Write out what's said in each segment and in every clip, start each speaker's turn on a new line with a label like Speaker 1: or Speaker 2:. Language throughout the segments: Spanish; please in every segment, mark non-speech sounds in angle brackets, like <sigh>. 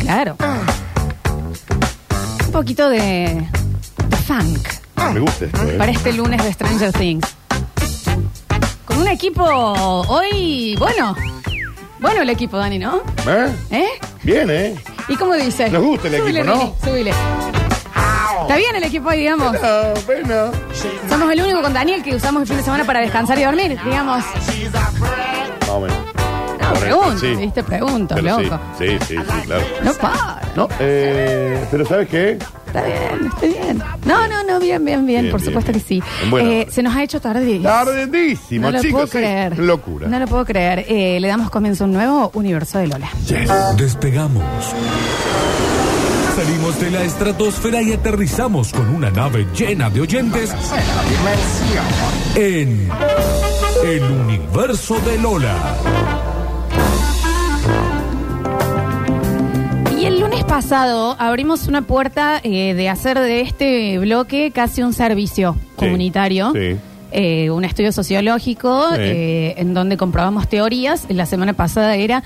Speaker 1: Claro. Un poquito de, de funk
Speaker 2: Me gusta esto, ¿eh?
Speaker 1: para este lunes de Stranger Things. Con un equipo hoy, bueno. Bueno el equipo, Dani, ¿no?
Speaker 2: ¿Eh?
Speaker 1: ¿Eh?
Speaker 2: Bien, ¿eh?
Speaker 1: ¿Y cómo dice?
Speaker 2: Nos gusta el
Speaker 1: Súbile,
Speaker 2: equipo, ¿no?
Speaker 1: Rini, súbile. Está bien el equipo hoy, digamos.
Speaker 2: No, Ah, bueno.
Speaker 1: Somos el único con Daniel que usamos el fin de semana para descansar y dormir, digamos.
Speaker 2: Más o menos.
Speaker 1: No,
Speaker 2: Correcto,
Speaker 1: Ah, pregunto,
Speaker 2: sí.
Speaker 1: ¿viste? Pregunto,
Speaker 2: Pero
Speaker 1: loco.
Speaker 2: Sí, sí, sí, sí, claro.
Speaker 1: No para.
Speaker 2: No, eh, pero ¿sabes qué?
Speaker 1: Está bien, está bien. No, no, no, bien, bien, bien,
Speaker 2: Bien,
Speaker 1: por
Speaker 2: bien,
Speaker 1: supuesto
Speaker 2: bien.
Speaker 1: que sí.
Speaker 2: En buena
Speaker 1: Eh,
Speaker 2: hora.
Speaker 1: se nos ha hecho tarde.
Speaker 2: Tardísimo,
Speaker 1: No lo
Speaker 2: chicos.
Speaker 1: puedo
Speaker 2: sí,
Speaker 1: creer.
Speaker 2: Locura.
Speaker 1: No lo puedo creer. Eh, le damos comienzo a un nuevo universo de Lola.
Speaker 3: Despegamos. Salimos de la estratosfera y aterrizamos con una nave llena de oyentes en el universo de Lola.
Speaker 1: Y el lunes pasado abrimos una puerta eh, de hacer de este bloque casi un servicio comunitario.
Speaker 2: sí.
Speaker 1: Eh, un estudio sociológico
Speaker 2: Sí.
Speaker 1: eh, en donde comprobamos teorías. La semana pasada era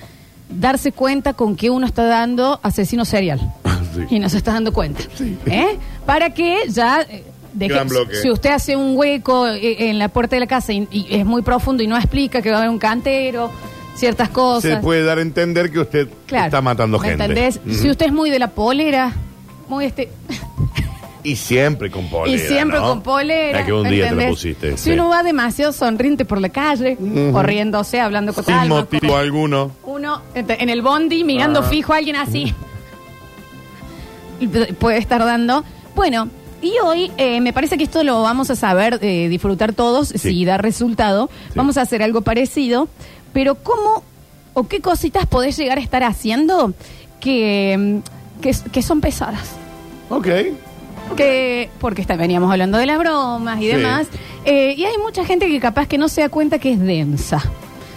Speaker 1: darse cuenta con que uno está dando asesino serial.
Speaker 2: <laughs> Sí.
Speaker 1: Y no se está dando cuenta. ¿Eh? Para que ya... eh, deje-
Speaker 2: Gran bloque.
Speaker 1: si usted hace un hueco eh, en la puerta de la casa y, y es muy profundo y no explica que va a haber un cantero, ciertas cosas.
Speaker 2: Se puede dar a entender que usted
Speaker 1: Claro.
Speaker 2: está matando
Speaker 1: ¿Me
Speaker 2: gente.
Speaker 1: entendés?
Speaker 2: Ujú.
Speaker 1: Si usted es muy de la polera, muy este.
Speaker 2: Y siempre con polera.
Speaker 1: y siempre
Speaker 2: ¿no?
Speaker 1: con polera.
Speaker 2: Ya que un
Speaker 1: ¿me
Speaker 2: día te
Speaker 1: entendés?
Speaker 2: lo pusiste.
Speaker 1: Si
Speaker 2: sí.
Speaker 1: uno va demasiado sonriente por la calle, o riéndose, hablando con
Speaker 2: Sin
Speaker 1: calma,
Speaker 2: motivo
Speaker 1: con-
Speaker 2: alguno.
Speaker 1: Uno ent- en el bondi mirando fijo a alguien así. P- Puede estar dando. Bueno, y hoy eh, me parece que esto lo vamos a saber eh, disfrutar todos si da resultado. Vamos a hacer algo parecido. Pero ¿cómo o qué cositas podés llegar a estar haciendo que, mm, que, que son pesadas?
Speaker 2: Ok.
Speaker 1: que porque está- veníamos hablando de las bromas y
Speaker 2: Sí.
Speaker 1: demás, eh, y hay mucha gente que capaz que no se da cuenta que es densa.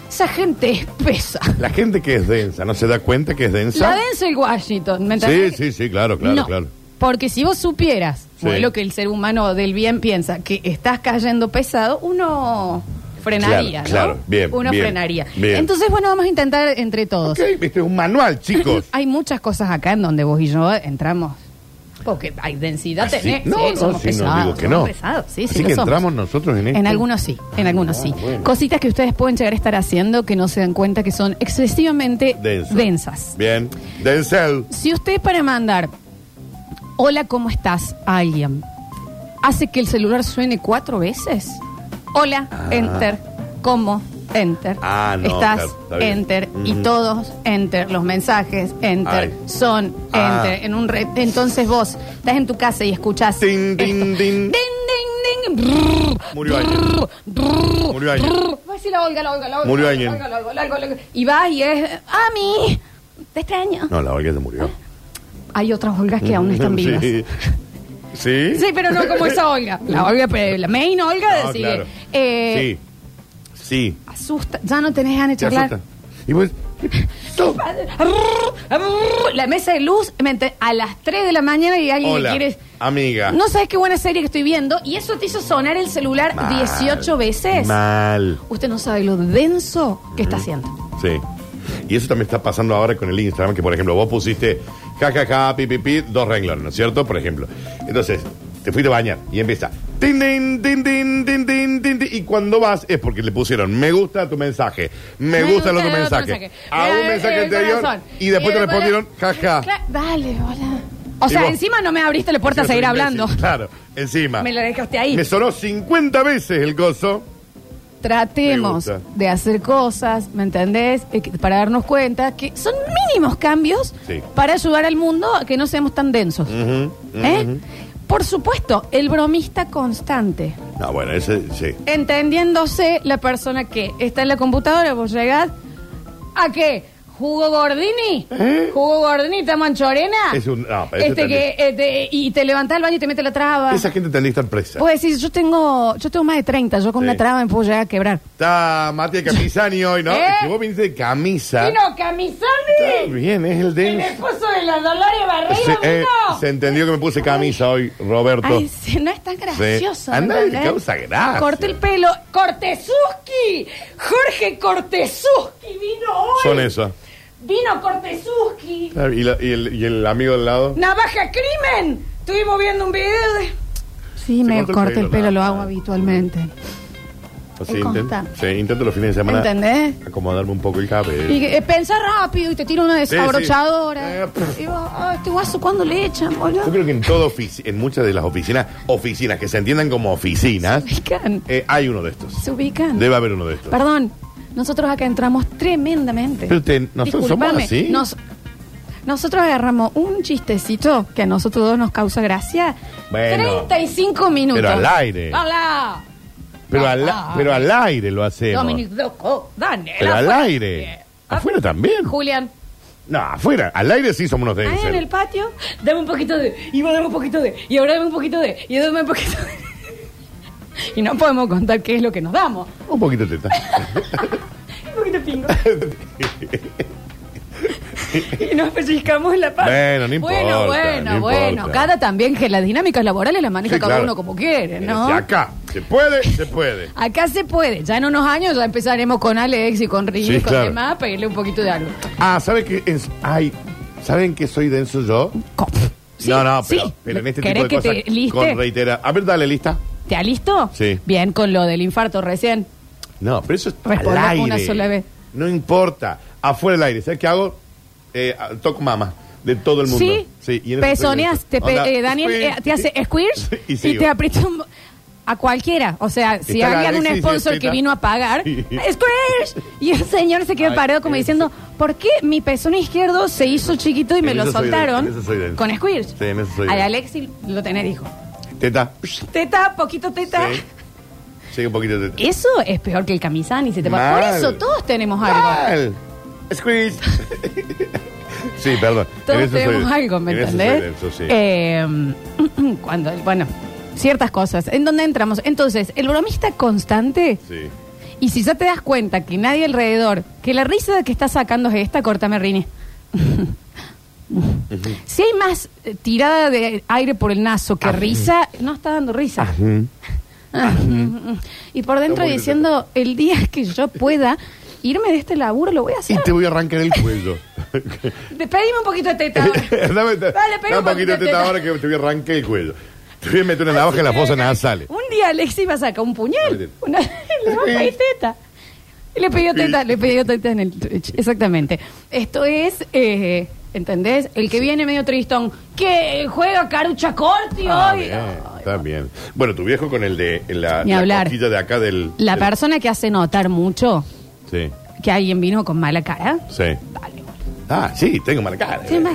Speaker 1: Esa gente es pesa.
Speaker 2: La gente que es densa, ¿no se da cuenta que es densa?
Speaker 1: La densa el Washington, ¿me
Speaker 2: sí,
Speaker 1: entendés?
Speaker 2: sí, sí, claro, claro,
Speaker 1: No,
Speaker 2: claro.
Speaker 1: Porque si vos supieras
Speaker 2: Sí.
Speaker 1: bueno, lo que el ser humano del bien piensa, que estás cayendo pesado, uno frenaría,
Speaker 2: Claro,
Speaker 1: ¿no?
Speaker 2: claro. Bien,
Speaker 1: uno
Speaker 2: bien,
Speaker 1: frenaría.
Speaker 2: bien.
Speaker 1: Entonces, bueno, vamos a intentar entre todos.
Speaker 2: Ok, viste, es
Speaker 1: <laughs>
Speaker 2: un manual, chicos.
Speaker 1: Hay muchas cosas acá en donde vos y yo entramos. Porque hay densidad.
Speaker 2: Así-
Speaker 1: tenés-
Speaker 2: no,
Speaker 1: eh, sí,
Speaker 2: no,
Speaker 1: somos
Speaker 2: Ah, sí, no
Speaker 1: pesados.
Speaker 2: digo que
Speaker 1: somos
Speaker 2: no.
Speaker 1: pesados, sí, sí
Speaker 2: Así
Speaker 1: lo
Speaker 2: que
Speaker 1: somos.
Speaker 2: entramos nosotros en este esto.
Speaker 1: En algunos sí, en algunos
Speaker 2: Ah,
Speaker 1: sí.
Speaker 2: bueno.
Speaker 1: Cositas que ustedes pueden llegar a estar haciendo que no se dan cuenta que son excesivamente
Speaker 2: Denso.
Speaker 1: densas.
Speaker 2: Bien. Denzel.
Speaker 1: Si usted para mandar hola, ¿cómo estás? a alguien, hace que el celular suene cuatro veces. Hola, enter, ¿cómo? Enter.
Speaker 2: Ah, no,
Speaker 1: Estás,
Speaker 2: claro, está bien.
Speaker 1: enter. Y
Speaker 2: Mm.
Speaker 1: todos, enter. Los mensajes, enter.
Speaker 2: Ay.
Speaker 1: Son, enter.
Speaker 2: Ah.
Speaker 1: En un red. Entonces vos estás en tu casa y escuchás.
Speaker 2: Ding,
Speaker 1: esto.
Speaker 2: ding,
Speaker 1: Ding,
Speaker 2: ding.
Speaker 1: ding, ding. Brrr,
Speaker 2: Murió alguien.
Speaker 1: brrr,
Speaker 2: Murió alguien.
Speaker 1: brrr. Vas a decirle a Olga, la Olga, la Olga.
Speaker 2: Murió
Speaker 1: la
Speaker 2: alguien.
Speaker 1: Olga, la Olga, la Olga, la Olga. Y vas y es. ¡Ami! Te extraño.
Speaker 2: No, la Olga se murió.
Speaker 1: Hay otras Olgas que aún están vivas.
Speaker 2: <laughs> Sí. ¿Sí?
Speaker 1: Sí, pero no como esa Olga.
Speaker 2: <laughs>
Speaker 1: La Olga, pe- la main Olga
Speaker 2: No,
Speaker 1: sigue.
Speaker 2: claro.
Speaker 1: Eh,
Speaker 2: Sí. Sí.
Speaker 1: Asusta. Ya no tenés ganas de
Speaker 2: Te
Speaker 1: charlar.
Speaker 2: asusta. Y pues,
Speaker 1: <laughs>
Speaker 2: vos... No.
Speaker 1: La mesa de luz me ente- a las 3 de la mañana y alguien
Speaker 2: Hola,
Speaker 1: quiere...
Speaker 2: amiga.
Speaker 1: No sabes qué buena serie que estoy viendo y eso te hizo sonar el celular
Speaker 2: Mal.
Speaker 1: 18 veces.
Speaker 2: Mal. Mm.
Speaker 1: Usted no sabe lo denso que está haciendo.
Speaker 2: Sí. Y eso también está pasando ahora con el Instagram, que por ejemplo vos pusiste jajaja, ja, pi, pi, pi, dos renglones, ¿no es cierto? Por ejemplo. Entonces, te fuiste a bañar y empieza. tin, tin, tin, tin, tin, tin, tin, tin, Y cuando vas es porque le pusieron me gusta a tu mensaje, me, gusta el otro mensaje, a un
Speaker 1: Eh,
Speaker 2: mensaje
Speaker 1: eh,
Speaker 2: anterior
Speaker 1: corazón. Eh,
Speaker 2: y después te respondieron jaja.
Speaker 1: Cla- Dale, hola. O
Speaker 2: Y
Speaker 1: sea,
Speaker 2: vos-
Speaker 1: encima no me abriste la puerta a seguir hablando.
Speaker 2: Claro, encima.
Speaker 1: Me la dejaste ahí.
Speaker 2: Ah. Me sonó 50 veces el gozo.
Speaker 1: Tratemos
Speaker 2: Me gusta.
Speaker 1: de hacer cosas, ¿me entendés? Eh, que- Para darnos cuenta que son mínimos cambios
Speaker 2: Sí.
Speaker 1: para ayudar al mundo a que no seamos tan densos.
Speaker 2: Ujú, ujú.
Speaker 1: ¿Eh? Por supuesto, el bromista constante.
Speaker 2: No, bueno, ese sí.
Speaker 1: Entendiéndose la persona que está en la computadora, vos llegás a qué? ¿Jugo Gordini? ¿Jugo Gordini? ¿Está manchorena?
Speaker 2: ¿Eh? Es un- no, pero ese
Speaker 1: este que, este, y te levantás al baño y te mete la traba.
Speaker 2: Esa gente tendría que estar presa.
Speaker 1: Vos decís, yo tengo, yo tengo más de 30, yo con
Speaker 2: Sí.
Speaker 1: una traba me puedo llegar a quebrar.
Speaker 2: Está Matías
Speaker 1: <laughs>
Speaker 2: Capizani hoy, ¿no?
Speaker 1: ¿Eh?
Speaker 2: Es que vos viniste de camisa.
Speaker 1: ¡Vino Camisani!
Speaker 2: ¿Ah? Está bien, es el
Speaker 1: El
Speaker 2: dance.
Speaker 1: esposo de la Dolores Barreiro
Speaker 2: Se, eh,
Speaker 1: vino.
Speaker 2: se entendió que me puse camisa hoy, Roberto.
Speaker 1: Ay, sí, no es tan gracioso.
Speaker 2: A
Speaker 1: ¿me
Speaker 2: nadie le
Speaker 1: entendés?
Speaker 2: causa gracia.
Speaker 1: Corté el pelo. ¡Cortesuski! ¡Jorge Cortesuski vino hoy!
Speaker 2: Son esas.
Speaker 4: Vino Cortezuski.
Speaker 2: ¿Y, la- y el, y el amigo del lado?
Speaker 4: Navaja Crimen. Estuvimos viendo un video de...
Speaker 1: Sí,
Speaker 2: Se
Speaker 1: me
Speaker 2: corta el
Speaker 1: corto el
Speaker 2: pelo,
Speaker 1: pelo,
Speaker 2: nada
Speaker 1: lo hago
Speaker 2: más.
Speaker 1: habitualmente.
Speaker 2: Así
Speaker 1: es
Speaker 2: intento,
Speaker 1: constante.
Speaker 2: sí, intento los fines de semana
Speaker 1: ¿Entendés?
Speaker 2: acomodarme un poco el cabello.
Speaker 1: Y eh, pensá rápido y te tira una
Speaker 2: sí. Eh,
Speaker 1: desabrochadora.
Speaker 2: pff.
Speaker 1: Y vos, ah, este guaso, ¿cuándo le echan,
Speaker 2: Yo
Speaker 1: boludo?
Speaker 2: creo que en todo ofici- en muchas de las oficinas, oficinas que se entiendan como oficinas,
Speaker 1: Se ubican.
Speaker 2: eh, hay uno de estos.
Speaker 1: Se ubican.
Speaker 2: Debe haber uno de estos.
Speaker 1: Perdón, nosotros acá entramos tremendamente.
Speaker 2: Pero te- nosotros somos
Speaker 1: Disculpame,
Speaker 2: así.
Speaker 1: nos- nosotros agarramos un chistecito que a nosotros dos nos causa gracia.
Speaker 2: Bueno.
Speaker 1: 35 minutos.
Speaker 2: Pero al aire.
Speaker 1: ¡Hola!
Speaker 2: Pero, al,
Speaker 1: Ah.
Speaker 2: pero al aire lo hacemos.
Speaker 1: Dominic Doco, Daniel.
Speaker 2: Pero al
Speaker 1: afuera.
Speaker 2: aire. Afuera también.
Speaker 1: Julián,
Speaker 2: No, afuera. Al aire sí somos unos
Speaker 1: ahí en el
Speaker 2: denser.
Speaker 1: patio.
Speaker 4: Dame un poquito de... Y vos dame un poquito de... Y ahora dame un poquito de... Y dame un poquito de...
Speaker 1: <laughs> Y no podemos contar qué es lo que nos damos.
Speaker 2: Un poquito de
Speaker 1: <laughs>
Speaker 2: teta.
Speaker 4: Un poquito de pingo.
Speaker 1: <laughs>
Speaker 4: y nos pellizcamos en la parte.
Speaker 2: bueno, no importa.
Speaker 1: bueno, bueno,
Speaker 2: no
Speaker 1: bueno.
Speaker 2: importa.
Speaker 1: Cada también que las dinámicas laborales las maneja
Speaker 2: Sí,
Speaker 1: cada
Speaker 2: claro.
Speaker 1: uno como quiere,
Speaker 2: Eh,
Speaker 1: ¿no?
Speaker 2: si acá se puede, se puede.
Speaker 1: Acá se puede, ya en unos años ya empezaremos con Alex y con Ricky
Speaker 2: Sí,
Speaker 1: y con
Speaker 2: claro.
Speaker 1: demás, pedirle un poquito de algo.
Speaker 2: Ah, ¿saben que es- ay, ¿saben que soy denso yo?
Speaker 1: Cop. Sí,
Speaker 2: no, no, pero,
Speaker 1: sí.
Speaker 2: pero en este
Speaker 1: ¿Querés
Speaker 2: tipo de
Speaker 1: que
Speaker 2: cosas
Speaker 1: te liste?
Speaker 2: con reitera. A ver, dale lista.
Speaker 1: ¿Te alisto?
Speaker 2: Sí.
Speaker 1: Bien, con lo del infarto recién.
Speaker 2: No, pero eso es
Speaker 1: Responda
Speaker 2: al aire.
Speaker 1: una sola vez.
Speaker 2: No importa. Afuera del aire. ¿Sabes qué hago? Eh, a- toco mama de todo el mundo.
Speaker 1: Sí.
Speaker 2: y en eso
Speaker 1: Pezoneas,
Speaker 2: soy
Speaker 1: te
Speaker 2: denso.
Speaker 1: pe-
Speaker 2: Onda,
Speaker 1: eh, Daniel eh,
Speaker 2: squirt.
Speaker 1: te hace squirt
Speaker 2: Sí, <laughs> y
Speaker 1: y,
Speaker 2: sigo.
Speaker 1: te aprieta un- a cualquiera. O sea, si
Speaker 2: Está la
Speaker 1: había un
Speaker 2: Alexis y
Speaker 1: sponsor
Speaker 2: el
Speaker 1: que
Speaker 2: Teta.
Speaker 1: vino a pagar,
Speaker 2: Sí.
Speaker 1: squirt. Y el señor se quedó
Speaker 2: Ay,
Speaker 1: parado como
Speaker 2: eh,
Speaker 1: diciendo, ¿por qué mi pezón izquierdo se hizo chiquito y me
Speaker 2: En
Speaker 1: lo
Speaker 2: eso soy
Speaker 1: soltaron
Speaker 2: denso, en eso soy denso.
Speaker 1: con squirt?
Speaker 2: Sí, en eso soy
Speaker 1: Al
Speaker 2: denso.
Speaker 1: Alexis lo tenés, dijo. <laughs>
Speaker 2: Teta.
Speaker 4: Teta, poquito teta.
Speaker 2: Sí. Sí, un poquito de teta.
Speaker 1: Eso es peor que el camisani, se te va. Por
Speaker 2: Mal.
Speaker 1: eso todos tenemos algo.
Speaker 2: Mal. Squeeze.
Speaker 1: <laughs>
Speaker 2: sí, perdón. En
Speaker 1: Todos
Speaker 2: eso soy
Speaker 1: tenemos
Speaker 2: denso.
Speaker 1: algo, ¿me
Speaker 2: En eso soy
Speaker 1: entendés?
Speaker 2: denso, sí.
Speaker 1: Eh, <clears throat> cuando, bueno, ciertas cosas. ¿En dónde entramos? Entonces, el bromista constante,
Speaker 2: Sí.
Speaker 1: y si ya te das cuenta que nadie alrededor, que la risa que está sacando es esta, cortame
Speaker 2: <laughs>
Speaker 1: Rini. si hay más eh, tirada de aire por el naso que
Speaker 2: Ah.
Speaker 1: risa, no está dando risa. y por dentro
Speaker 2: Está muy
Speaker 1: diciendo, el día que yo pueda irme de este laburo, lo voy a
Speaker 2: Y
Speaker 1: hacer.
Speaker 2: te voy a arrancar el
Speaker 1: <laughs>
Speaker 2: cuello.
Speaker 4: Te- Pedime un poquito de teta. ahora.
Speaker 2: <laughs> dame, dame
Speaker 4: Dale, pega
Speaker 2: un poquito de teta ahora que te voy a arrancar el cuello. Te voy a meter una navaja en la fosa nasal.
Speaker 1: Un día Alexis va a sacar un puñal, una, <laughs> le va a pedir teta. Y le pidió teta, le pidió teta en el Twitch. Exactamente. Esto es, eh, ¿entendés? El que viene medio tristón, que juega Carucha Corti
Speaker 2: Ah,
Speaker 1: hoy.
Speaker 2: bien, está bien. Bueno, tu viejo con el de la,
Speaker 1: Ni
Speaker 2: la
Speaker 1: hablar.
Speaker 2: cosquilla de acá del.
Speaker 1: La
Speaker 2: del-
Speaker 1: persona que hace notar mucho
Speaker 2: Sí,
Speaker 1: que alguien vino con mala cara.
Speaker 2: sí.
Speaker 1: Dale.
Speaker 2: Ah, sí, tengo mala cara.
Speaker 1: ¿Qué más?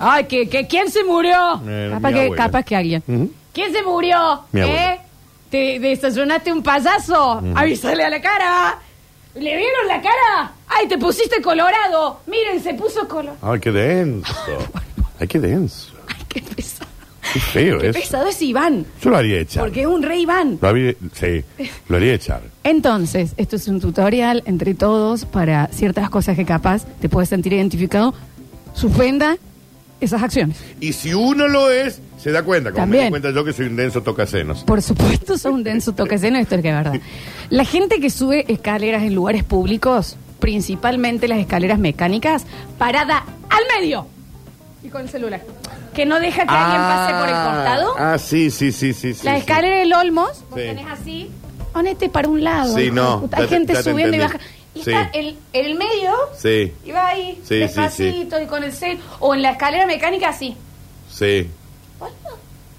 Speaker 4: Ay, que, que- ¿quién se murió?
Speaker 2: Eh,
Speaker 1: Capaz
Speaker 2: mi
Speaker 1: que,
Speaker 2: abuela.
Speaker 1: capaz que alguien.
Speaker 2: Ujú.
Speaker 4: ¿Quién se murió?
Speaker 2: Mi abuela.
Speaker 4: ¿Eh? ¿Te desayunaste un payaso? Avísale a la cara. ¿Le vieron la cara? Ay, te pusiste colorado. Miren, se puso color.
Speaker 2: Ay, Ah, qué denso. Ay, qué denso.
Speaker 1: <laughs> Ay, qué pesado.
Speaker 2: Qué feo
Speaker 1: Qué
Speaker 2: eso.
Speaker 1: pesado es Iván.
Speaker 2: Yo lo haría echar.
Speaker 1: Porque es un rey Iván.
Speaker 2: Lo haría, sí, lo haría echar.
Speaker 1: Entonces, esto es un tutorial entre todos para ciertas cosas que capaz te puedes sentir identificado. Suspenda esas acciones.
Speaker 2: Y si uno lo es, se da cuenta. Como
Speaker 1: También.
Speaker 2: me di cuenta yo que soy un denso tocasenos.
Speaker 1: Por supuesto, son un denso toqueceno, esto es que es verdad. La gente que sube escaleras en lugares públicos, principalmente las escaleras mecánicas, parada al medio y con el celular. Que no deja que alguien pase por el costado.
Speaker 2: Ah, sí, sí, sí, sí. sí,
Speaker 1: la
Speaker 2: sí.
Speaker 1: escalera del Olmos,
Speaker 2: Sí.
Speaker 4: Tenés así.
Speaker 1: ponete para un lado.
Speaker 2: Sí,
Speaker 1: hijo
Speaker 2: no,
Speaker 1: de puta. Hay
Speaker 2: ya te-
Speaker 1: gente
Speaker 2: ya te
Speaker 1: subiendo y
Speaker 2: entendí.
Speaker 1: baja.
Speaker 4: Y
Speaker 2: Sí.
Speaker 4: está el, el medio.
Speaker 2: Sí,
Speaker 4: Y va ahí.
Speaker 2: Sí, sí,
Speaker 4: despacito y con el cel. O en la escalera mecánica así.
Speaker 2: sí.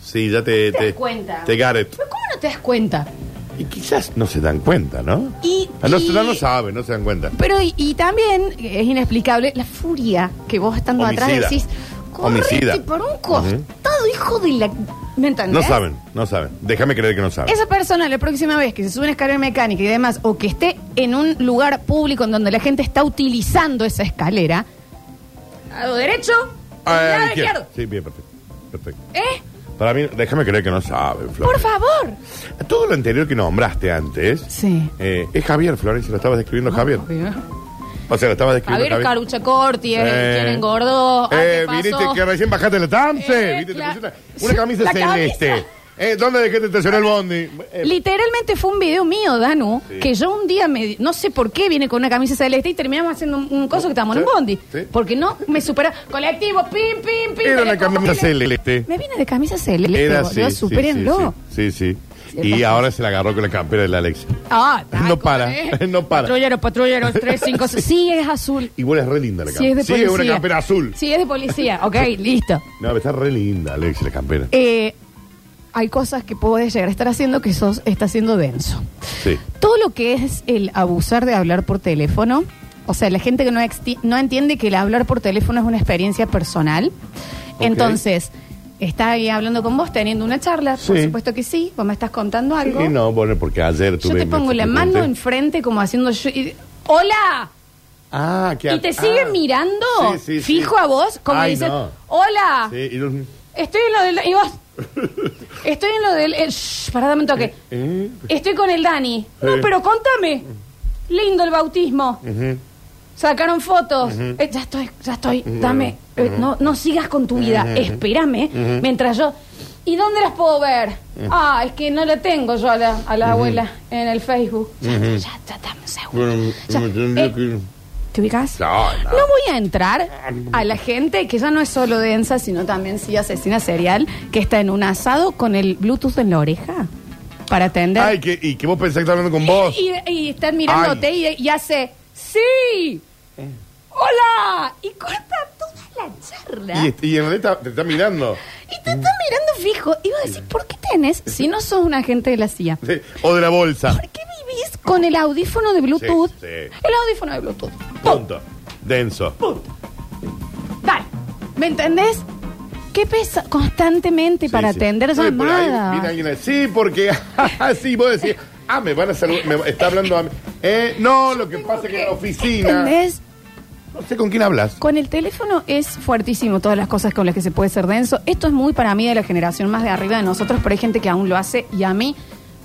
Speaker 2: Sí, ya te...
Speaker 4: ¿Te das cuenta?
Speaker 2: Te got it.
Speaker 1: Pero ¿cómo no te das cuenta?
Speaker 2: Y quizás no se dan cuenta, ¿no?
Speaker 1: Y-
Speaker 2: Ah, no,
Speaker 1: y-
Speaker 2: no, no saben, no se dan cuenta.
Speaker 1: Pero y, y también es inexplicable la furia que vos estando
Speaker 2: Homicida.
Speaker 1: atrás decís,
Speaker 2: Homicida.
Speaker 1: correte por un costado, hijo de la... ¿Me entendés?
Speaker 2: No saben, no saben. Déjame creer que no saben.
Speaker 1: Esa persona la próxima vez que se sube a una escalera mecánica y demás, o que esté en un lugar público en donde la gente está utilizando esa escalera,
Speaker 4: A lo derecho.
Speaker 2: Ah, a
Speaker 4: a lo
Speaker 2: la izquierda.
Speaker 4: izquierdo.
Speaker 2: Sí, bien, perfecto. perfecto.
Speaker 1: ¿eh?
Speaker 2: Para mí, déjame creer que no saben,
Speaker 1: Por
Speaker 2: Flores.
Speaker 1: favor.
Speaker 2: Todo lo anterior que nombraste antes
Speaker 1: Sí. Ah,
Speaker 2: eh, es Javier, Florencia. Lo estabas describiendo Javier. O sea, lo estabas describiendo
Speaker 1: Javier
Speaker 2: Javier.
Speaker 1: Carucha Corti, es el
Speaker 2: Eh,
Speaker 1: quien engordó. ah,
Speaker 2: Eh,
Speaker 1: ¿qué pasó?
Speaker 2: viniste que recién bajaste la TAMSE.
Speaker 4: Eh,
Speaker 2: viniste, te
Speaker 4: claro.
Speaker 2: pusiste una camisa
Speaker 4: La
Speaker 2: celeste.
Speaker 4: camisa.
Speaker 2: Eh, ¿Dónde dejé de estacionar el bondi? Eh,
Speaker 1: Literalmente fue un video mío, Danu,
Speaker 2: Sí.
Speaker 1: que yo un día me. No sé por qué viene con una camisa celeste y terminamos haciendo un, un coso que estábamos en
Speaker 2: Sí,
Speaker 1: un bondi.
Speaker 2: sí.
Speaker 1: Porque no me supera. Colectivo, pim, pim, pim.
Speaker 2: era una
Speaker 1: telecom-
Speaker 2: camisa celeste.
Speaker 1: Me vine de camisa celeste,
Speaker 2: Era
Speaker 1: boludo,
Speaker 2: así.
Speaker 1: supérenlo.
Speaker 2: Sí, sí. sí. Y
Speaker 1: Cierto.
Speaker 2: ahora se la agarró con la campera de la Alexa.
Speaker 1: Ah, tal
Speaker 2: <laughs>
Speaker 1: cual,
Speaker 2: No para,
Speaker 1: ¿eh?
Speaker 2: <laughs> no para.
Speaker 1: Patrulleros,
Speaker 2: <laughs>
Speaker 1: patrulleros, tres, cinco, seis. Sí, es azul.
Speaker 2: Igual es re linda la
Speaker 1: Sí, es
Speaker 2: campera.
Speaker 1: de
Speaker 2: Sí,
Speaker 1: policía.
Speaker 2: es una campera azul.
Speaker 1: Sí, es de policía.
Speaker 2: <laughs>
Speaker 1: Ok, listo.
Speaker 2: No, pero está re linda, Alex, la campera.
Speaker 1: Eh, hay cosas que podés llegar a estar haciendo que sos, está haciendo denso.
Speaker 2: Sí.
Speaker 1: Todo lo que es el abusar de hablar por teléfono, o sea, la gente que no, exti- no entiende que el hablar por teléfono es una experiencia personal.
Speaker 2: Ok.
Speaker 1: Entonces, está ahí hablando con vos, teniendo una charla, por
Speaker 2: Sí.
Speaker 1: supuesto que sí, vos me estás contando algo.
Speaker 2: Y no, bueno, porque ayer
Speaker 1: Yo
Speaker 2: tuve...
Speaker 1: te pongo la
Speaker 2: te
Speaker 1: mano
Speaker 2: conté.
Speaker 1: enfrente como haciendo yo y- ¡Hola!
Speaker 2: Ah, que...
Speaker 1: Y te siguen mirando
Speaker 2: Sí, sí,
Speaker 1: fijo
Speaker 2: sí.
Speaker 1: a vos, como ah.
Speaker 2: Ay,
Speaker 1: dicen,
Speaker 2: no.
Speaker 1: hola,
Speaker 2: Sí, y los-
Speaker 1: estoy en lo del... Y vos, estoy en lo del... eh, shh, pará, dame un toque.
Speaker 2: <laughs> ¿Eh?
Speaker 1: Estoy con el Dani. No,
Speaker 2: Sí.
Speaker 1: pero contame. Lindo el bautismo. Sacaron fotos. Eh, ya estoy, ya estoy. Dame. Eh, no, no sigas con tu vida. Espérame. Mientras yo. ¿Y dónde las puedo ver? Ah, es que no la tengo yo a la, a la abuela en el Facebook. Ya, ya, ya, dame un segundo.
Speaker 2: Bueno,
Speaker 1: Ya,
Speaker 2: me tendría
Speaker 1: eh,
Speaker 2: que-
Speaker 1: ¿Te ubicas?
Speaker 2: No, no.
Speaker 1: voy a entrar a la gente que ya no es solo densa, sino también sí asesina serial, que está en un asado con el Bluetooth en la oreja para atender.
Speaker 2: Ay, que, y que vos pensás que está hablando con vos.
Speaker 1: Y, y están mirándote y, y hace, ¡Sí!
Speaker 2: Eh.
Speaker 1: ¡Hola! Y corta toda la charla.
Speaker 2: Y, est- este, y en realidad te está mirando.
Speaker 1: Y te están mirando fijo. Y vas a decir, ¿por qué tenés, si no sos un agente de la CIA?
Speaker 2: Sí, O de la bolsa.
Speaker 1: ¿Por qué vivís con el audífono de Bluetooth?
Speaker 2: Sí, sí.
Speaker 1: El audífono de Bluetooth. Pum.
Speaker 2: Punto. Denso.
Speaker 1: Dale. ¿Me entendés? ¿Qué pesa constantemente para
Speaker 2: Sí, sí.
Speaker 1: atender
Speaker 2: Sí, por ahí viene
Speaker 1: llamadas?
Speaker 2: alguien a- sí, porque <laughs> así vos decís, ah, me van a saludar, me está hablando a mí. Eh, no, lo que pasa es que en la oficina.
Speaker 1: ¿Entendés?
Speaker 2: No sé con quién hablas.
Speaker 1: Con el teléfono es fuertísimo todas las cosas con las que se puede ser denso. Esto es muy para mí de la generación más de arriba de nosotros, pero hay gente que aún lo hace y a mí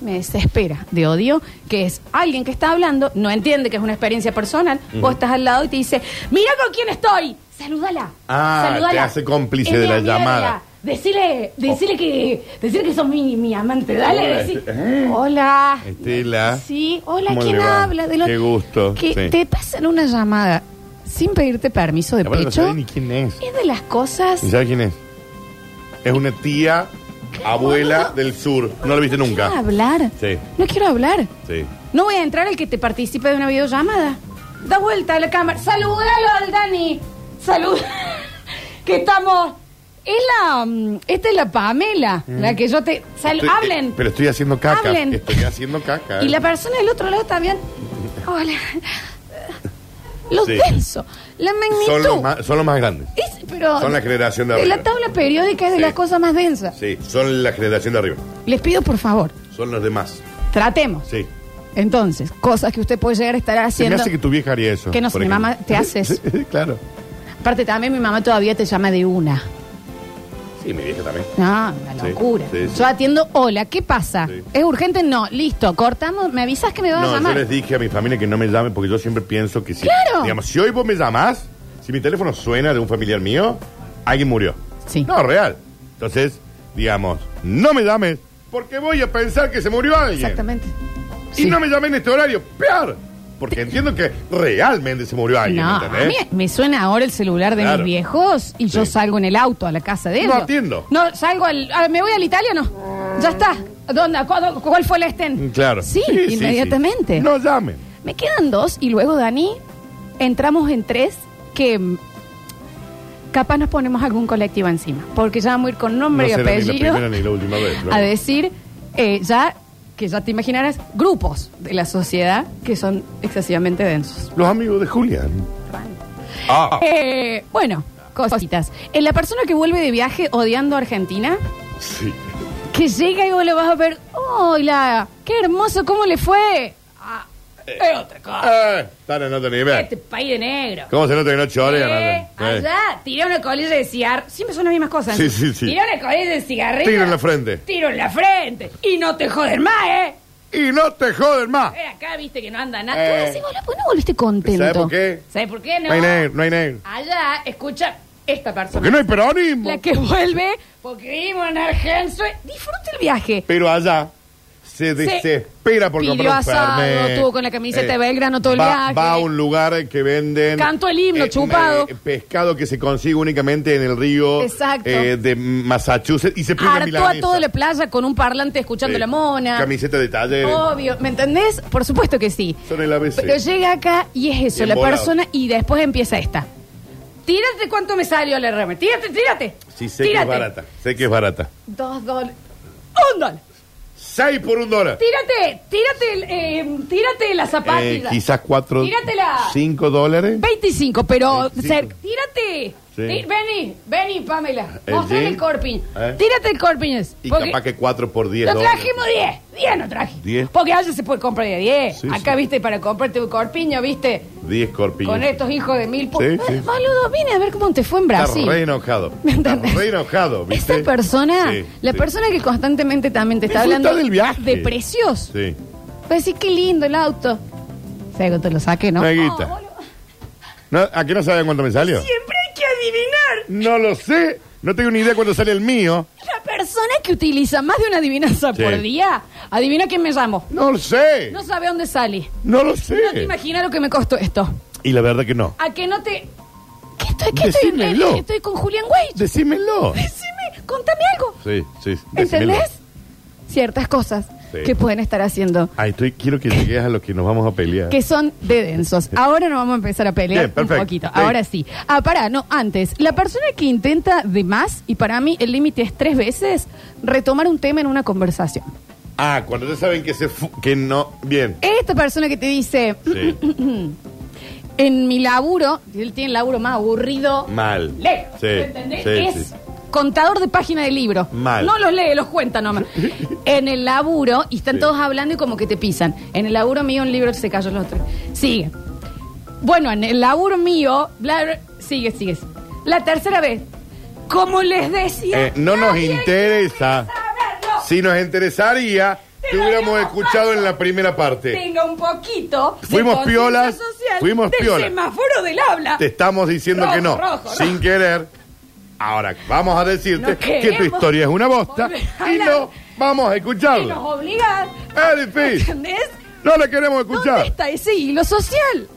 Speaker 1: me desespera de odio, que es alguien que está hablando, no entiende que es una experiencia personal, vos estás al lado y te dice, mira con quién estoy, salúdala.
Speaker 2: Ah,
Speaker 1: salúdala.
Speaker 2: te hace cómplice
Speaker 1: Es
Speaker 2: de
Speaker 1: mi
Speaker 2: la
Speaker 1: amiga
Speaker 2: llamada.
Speaker 1: Decile, decile que, decile que sos mi, mi amante, dale,
Speaker 2: Hola,
Speaker 1: decí-
Speaker 2: este-
Speaker 1: Hola.
Speaker 2: Estela.
Speaker 1: Sí, hola,
Speaker 2: ¿Cómo
Speaker 1: ¿quién
Speaker 2: le va?
Speaker 1: habla?
Speaker 2: Qué gusto,
Speaker 1: Que
Speaker 2: sí.
Speaker 1: te pasan una llamada sin pedirte permiso de
Speaker 2: Aparte no
Speaker 1: pecho.
Speaker 2: sabés ni quién es.
Speaker 1: Es de las cosas.
Speaker 2: ¿Y sabes quién es? Es una tía, abuela del sur. No la viste
Speaker 1: No quiero
Speaker 2: nunca.
Speaker 1: hablar.
Speaker 2: Sí.
Speaker 1: No quiero hablar.
Speaker 2: Sí.
Speaker 1: No voy a entrar al que te participe de una videollamada. Da vuelta a la cámara. Saludalo al Dani. Salud. <laughs> que estamos. Es la. mm, Esta es la Pamela. La que yo te. sal-
Speaker 2: Estoy-
Speaker 1: hablen.
Speaker 2: eh, Mm. pero estoy haciendo caca.
Speaker 1: Hablen.
Speaker 2: Estoy haciendo caca.
Speaker 1: Y
Speaker 2: eh.
Speaker 1: la persona del otro lado
Speaker 2: <laughs>
Speaker 1: también. Hola. Lo
Speaker 2: Sí.
Speaker 1: denso. La
Speaker 2: son, los
Speaker 1: magnitud.
Speaker 2: más, son los más grandes.
Speaker 1: Es- pero
Speaker 2: Son la generación de
Speaker 1: la
Speaker 2: arriba.
Speaker 1: tabla periódica es de
Speaker 2: Sí.
Speaker 1: las cosas más densas.
Speaker 2: Sí, son la generación de arriba.
Speaker 1: Les pido, por favor,
Speaker 2: Son los demás.
Speaker 1: tratemos.
Speaker 2: Sí.
Speaker 1: Entonces, cosas que usted puede llegar a estar
Speaker 2: Se me
Speaker 1: haciendo.
Speaker 2: hace que tu vieja haría eso.
Speaker 1: Que no
Speaker 2: por
Speaker 1: sé, mi
Speaker 2: ejemplo.
Speaker 1: mamá te hace eso.
Speaker 2: <laughs> Sí, claro.
Speaker 1: Aparte, también mi mamá todavía te llama de una.
Speaker 2: Sí, mi vieja también.
Speaker 1: No, una
Speaker 2: Sí,
Speaker 1: locura.
Speaker 2: sí, sí.
Speaker 1: Yo atiendo, hola, ¿qué pasa?
Speaker 2: Sí.
Speaker 1: ¿Es urgente? No, listo, cortamos, me avisas que me vas a
Speaker 2: No, yo
Speaker 1: llamar.
Speaker 2: les dije a mi familia que no me llamen porque yo siempre pienso que si.
Speaker 1: ¡Claro!
Speaker 2: Digamos, si hoy vos me llamás, si mi teléfono suena de un familiar mío, alguien murió.
Speaker 1: Sí.
Speaker 2: No, real. Entonces, digamos, no me llames porque voy a pensar que se murió alguien.
Speaker 1: Exactamente.
Speaker 2: Y
Speaker 1: Sí.
Speaker 2: no me llamé en este horario, peor. Porque entiendo que realmente se murió alguien,
Speaker 1: No, a mí
Speaker 2: ¿entendés?
Speaker 1: me suena ahora el celular de mis
Speaker 2: ¿eh? Claro.
Speaker 1: viejos y yo
Speaker 2: Sí.
Speaker 1: salgo en el auto a la casa de ellos.
Speaker 2: No atiendo.
Speaker 1: No, salgo al. ah, ¿Me voy al italiano? Ya está. ¿Dónde? ¿A cuándo? ¿Cuál fue el estén?
Speaker 2: Mm, Claro.
Speaker 1: Sí, inmediatamente.
Speaker 2: sí. No llamen.
Speaker 1: Me quedan dos y luego, Dani, entramos en tres que mm, capaz nos ponemos algún colectivo encima. Porque ya vamos a ir con nombre
Speaker 2: no
Speaker 1: y
Speaker 2: será ni la
Speaker 1: apellido
Speaker 2: primera ni la última vez.
Speaker 1: <laughs>
Speaker 2: Flor.
Speaker 1: a decir eh, ya, que ya te imaginarás, grupos de la sociedad que son excesivamente densos.
Speaker 2: Los amigos de Julián. Ah,
Speaker 1: Eh, bueno, cositas. En la persona que vuelve de viaje odiando a Argentina,
Speaker 2: sí.
Speaker 1: que llega y vos lo vas a ver, ¡hola! ¡Qué hermoso! ¿Cómo le fue? Ah, es otra cosa.
Speaker 2: Eh, están en otro nivel.
Speaker 1: Este país de negro.
Speaker 2: ¿Cómo se nota que no chorean?
Speaker 1: Eh,
Speaker 2: Eh.
Speaker 1: allá, tiré una colilla de cigarro. Siempre son las mismas cosas.
Speaker 2: Sí, sí, sí.
Speaker 4: Tira una colilla de cigarrillo.
Speaker 2: Tiro en la frente.
Speaker 4: Tiro en la frente. Y no te joden más, ¿eh?
Speaker 2: Y no te joden más.
Speaker 4: Eh, acá viste que no anda
Speaker 1: Tú
Speaker 4: nada.
Speaker 2: Eh.
Speaker 1: decís, "Hola, ¿por qué no volviste contento?
Speaker 2: ¿Sabes por qué?
Speaker 4: ¿Sabes por qué?
Speaker 2: No hay negro, no hay negro.
Speaker 4: Allá, escucha,
Speaker 5: esta persona.
Speaker 2: Porque no hay peronismo.
Speaker 5: La que vuelve, porque vivimos en Argenzuela. Disfruta el viaje.
Speaker 2: Pero allá se desespera por
Speaker 5: pidió
Speaker 2: comprar un
Speaker 5: asado,
Speaker 2: fernet. Eh,
Speaker 5: estuvo con la camiseta de Belgrano todo el
Speaker 2: va,
Speaker 5: viaje.
Speaker 2: Va a un lugar que venden... eh,
Speaker 5: Cantó el himno, chupado.
Speaker 2: pescado que se consigue únicamente en el río
Speaker 5: Exacto.
Speaker 2: eh, de Massachusetts y se pide una
Speaker 5: Hartó a
Speaker 2: milanesa.
Speaker 5: toda la playa con un parlante escuchando
Speaker 2: Eh,
Speaker 5: la mona. Oh.
Speaker 2: Camiseta de talleres.
Speaker 4: Obvio, ¿me entendés? Por supuesto que sí.
Speaker 2: Son el ABC.
Speaker 4: Pero llega acá y es eso,
Speaker 2: Bien
Speaker 4: la
Speaker 2: volado.
Speaker 4: persona, y después empieza esta.
Speaker 5: Tírate cuánto me salió la RM. Tírate, tírate.
Speaker 2: Sí, sé
Speaker 5: tírate.
Speaker 2: que es barata. Sé que es barata.
Speaker 4: Dos dólares.
Speaker 5: Un dólar.
Speaker 2: Seis por un dólar.
Speaker 5: Tírate, tírate, el, eh, tírate la
Speaker 2: Eh,
Speaker 5: zapatilla.
Speaker 2: quizás cuatro,
Speaker 5: Tíratela.
Speaker 2: cinco dólares.
Speaker 4: 25, pero
Speaker 2: 25.
Speaker 4: cer-
Speaker 5: Tírate.
Speaker 2: Sí.
Speaker 5: Ti- Vení, vení, Pamela.
Speaker 2: Eh,
Speaker 5: Mostrale
Speaker 2: sí.
Speaker 5: el corpiño.
Speaker 2: Eh.
Speaker 5: Tírate el corpiño. ese,
Speaker 2: Y
Speaker 5: porque
Speaker 2: capaz que cuatro por diez
Speaker 5: Lo
Speaker 2: dólares.
Speaker 5: trajimos 10. 10 no traje.
Speaker 2: 10.
Speaker 5: Porque allá se puede comprar de 10.
Speaker 2: Sí,
Speaker 5: Acá,
Speaker 2: sí.
Speaker 5: viste, para comprarte un corpiño, viste,
Speaker 2: Diez corpiños.
Speaker 5: con estos hijos de mil pu-
Speaker 2: Sí,
Speaker 5: Eh,
Speaker 2: sí.
Speaker 4: Maludo, vine a ver cómo te fue en
Speaker 2: Está
Speaker 4: Brasil.
Speaker 2: re enojado.
Speaker 4: ¿Me
Speaker 2: Está
Speaker 4: <laughs> entendés?
Speaker 2: re enojado, ¿viste?
Speaker 4: Esa persona,
Speaker 2: Sí,
Speaker 4: la
Speaker 2: sí.
Speaker 4: persona que constantemente también te está
Speaker 2: Disfruta
Speaker 4: hablando
Speaker 2: del viaje.
Speaker 4: de precios.
Speaker 2: Sí.
Speaker 4: Va a decir, qué lindo el auto. Sé que te lo saqué, ¿no? Ah,
Speaker 2: Una guita. No, ¿A qué no saben cuánto me salió?
Speaker 5: Siempre hay que adivinar.
Speaker 2: No lo sé. No tengo ni idea cuándo sale el mío.
Speaker 4: La persona que utiliza más de una adivinanza
Speaker 2: Sí.
Speaker 4: por día, adivina quién me llamó.
Speaker 2: No lo sé.
Speaker 5: No sabe dónde salí.
Speaker 2: No lo sé.
Speaker 5: No te imaginas lo que me costó esto.
Speaker 2: Y la verdad que no.
Speaker 5: A que no te.
Speaker 4: ¿Qué estoy, qué estoy,
Speaker 2: Decímelo.
Speaker 4: qué estoy con Julián Wade?
Speaker 2: Decímelo.
Speaker 4: Decime, contame algo.
Speaker 2: Sí, sí. decímelo.
Speaker 4: ¿Entendés? Ciertas cosas
Speaker 2: Sí.
Speaker 4: que pueden estar haciendo
Speaker 2: Ay, estoy, quiero que llegues a lo que nos vamos a pelear.
Speaker 4: que son de densos. Ahora no vamos a empezar a pelear
Speaker 2: Bien, perfecto.
Speaker 4: un poquito.
Speaker 2: Sí.
Speaker 4: Ahora sí. Ah, pará, no, antes. La persona que intenta de más, y para mí el límite es tres veces, retomar un tema en una conversación.
Speaker 2: Ah, cuando ya saben que se fu- que no. Bien.
Speaker 4: Esta persona que te dice,
Speaker 2: Sí.
Speaker 4: <laughs> en mi laburo, él tiene el laburo más aburrido.
Speaker 2: Mal.
Speaker 5: Lee.
Speaker 2: Sí.
Speaker 5: ¿Entendés?
Speaker 2: sí,
Speaker 4: es
Speaker 2: sí.
Speaker 4: contador de página de libro.
Speaker 2: Mal.
Speaker 4: No los lee, los
Speaker 2: <laughs>
Speaker 4: cuenta nomás. en el laburo, y están
Speaker 2: Sí.
Speaker 4: todos hablando y como que te pisan. En el laburo mío, un libro se cayó los otros. Sigue. Bueno, en el laburo mío, bla, bla, sigue, sigue. La tercera vez. Como les decía.
Speaker 2: Eh, no nos
Speaker 4: nadie
Speaker 2: interesa.
Speaker 5: quiere saberlo.
Speaker 2: Si nos interesaría,
Speaker 5: Te
Speaker 2: te
Speaker 5: lo
Speaker 2: hubiéramos
Speaker 5: digo,
Speaker 2: escuchado
Speaker 5: Paco.
Speaker 2: en la primera parte.
Speaker 5: Tenga un poquito. de
Speaker 2: Fuimos
Speaker 5: conciencia
Speaker 2: piolas,
Speaker 5: social
Speaker 2: fuimos
Speaker 5: del
Speaker 2: piolas.
Speaker 5: semáforo del habla.
Speaker 2: Te estamos diciendo
Speaker 5: Rojo,
Speaker 2: que no.
Speaker 5: rojo,
Speaker 2: sin
Speaker 5: rojo.
Speaker 2: querer. Ahora, vamos a decirte
Speaker 5: No
Speaker 2: que tu
Speaker 5: queremos
Speaker 2: historia es una bosta
Speaker 5: volver a
Speaker 2: y
Speaker 5: hablar.
Speaker 2: no vamos a
Speaker 5: Y nos
Speaker 2: escucharla.
Speaker 5: obligan.
Speaker 2: Es difícil.
Speaker 5: ¿Entendés?
Speaker 2: No la queremos
Speaker 4: ¿Dónde
Speaker 2: escuchar.
Speaker 4: está ese hilo social?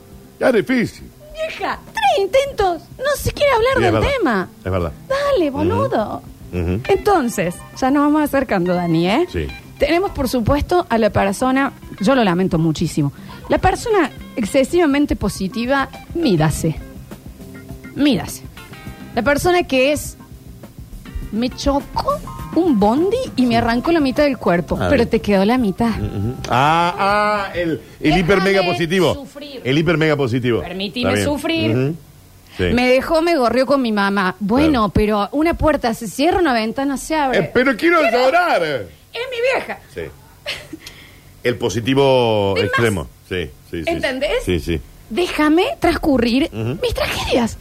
Speaker 2: Es difícil.
Speaker 5: Vieja.
Speaker 4: Tres intentos. No se quiere hablar
Speaker 2: Sí, es
Speaker 4: del
Speaker 2: verdad.
Speaker 4: tema.
Speaker 2: Es verdad.
Speaker 4: Dale, boludo.
Speaker 2: Ujú.
Speaker 4: Entonces, ya nos vamos acercando, Dani, ¿eh?
Speaker 2: Sí.
Speaker 4: Tenemos, por supuesto, a la persona, yo lo lamento muchísimo, la persona excesivamente positiva, mídase. Mídase. La persona que es, me chocó un bondi y me arrancó la mitad del cuerpo,
Speaker 2: A
Speaker 4: pero
Speaker 2: ver.
Speaker 4: te quedó la mitad.
Speaker 2: Ujú. Ah, ah, el, el
Speaker 5: Déjame
Speaker 2: hiper mega positivo.
Speaker 5: sufrir.
Speaker 2: El hiper mega positivo.
Speaker 5: Permitime
Speaker 2: Está bien.
Speaker 5: sufrir.
Speaker 2: Ujú. Sí.
Speaker 4: Me dejó, me gorrió con mi mamá. Bueno,
Speaker 2: Claro.
Speaker 4: pero una puerta se cierra, una ventana se abre.
Speaker 2: Eh, pero quiero llorar.
Speaker 5: Es mi vieja.
Speaker 2: Sí. El positivo
Speaker 5: Sin más.
Speaker 2: extremo. Sí, sí, sí.
Speaker 5: ¿Entendés?
Speaker 2: Sí, sí.
Speaker 4: Déjame transcurrir
Speaker 2: Ujú.
Speaker 4: mis tragedias.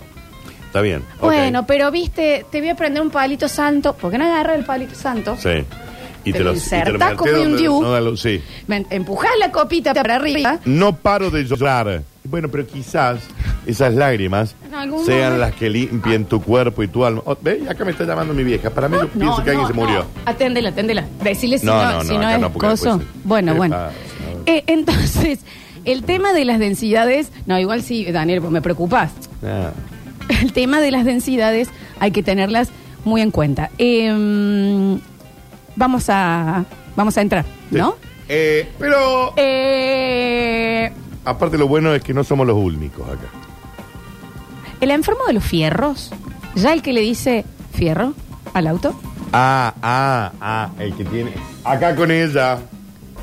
Speaker 2: Está bien. Ok.
Speaker 4: Bueno, pero viste, te voy a prender un palito santo. ¿Por qué no agarras el palito santo?
Speaker 2: Sí. Y
Speaker 4: te
Speaker 2: te,
Speaker 4: lo
Speaker 2: lo
Speaker 4: insertás
Speaker 2: metés
Speaker 4: como un
Speaker 2: donde
Speaker 4: diu.
Speaker 2: no da luz, sí.
Speaker 4: Me empujás la copita para arriba.
Speaker 2: No paro de llorar. Bueno, pero quizás esas lágrimas
Speaker 4: En algún
Speaker 2: sean
Speaker 4: momento.
Speaker 2: las que limpien tu cuerpo y tu alma. Oh, ¿Ve? Acá me está llamando mi vieja. Para mí yo pienso que alguien se murió.
Speaker 4: Aténdela, aténdela. Decirle si no,
Speaker 2: No, no,
Speaker 4: si
Speaker 2: no,
Speaker 4: no
Speaker 2: acá
Speaker 4: es
Speaker 2: no, porque
Speaker 4: coso.
Speaker 2: después se- ah,
Speaker 4: Bueno,
Speaker 2: se
Speaker 4: bueno.
Speaker 2: pasa,
Speaker 4: Eh, <laughs> entonces, el tema de las densidades. No, igual sí, Daniel, vos me preocupás.
Speaker 2: Ah.
Speaker 4: <laughs> El tema de las densidades hay que tenerlas muy en cuenta. Em, vamos a. Vamos a entrar,
Speaker 2: Sí.
Speaker 4: ¿no?
Speaker 2: Eh, pero
Speaker 4: Eh,
Speaker 2: aparte lo bueno es que no somos los únicos acá.
Speaker 4: el enfermo de los fierros, ya el que le dice fierro al auto,
Speaker 2: Ah, ah, ah, el que tiene. Acá con ella.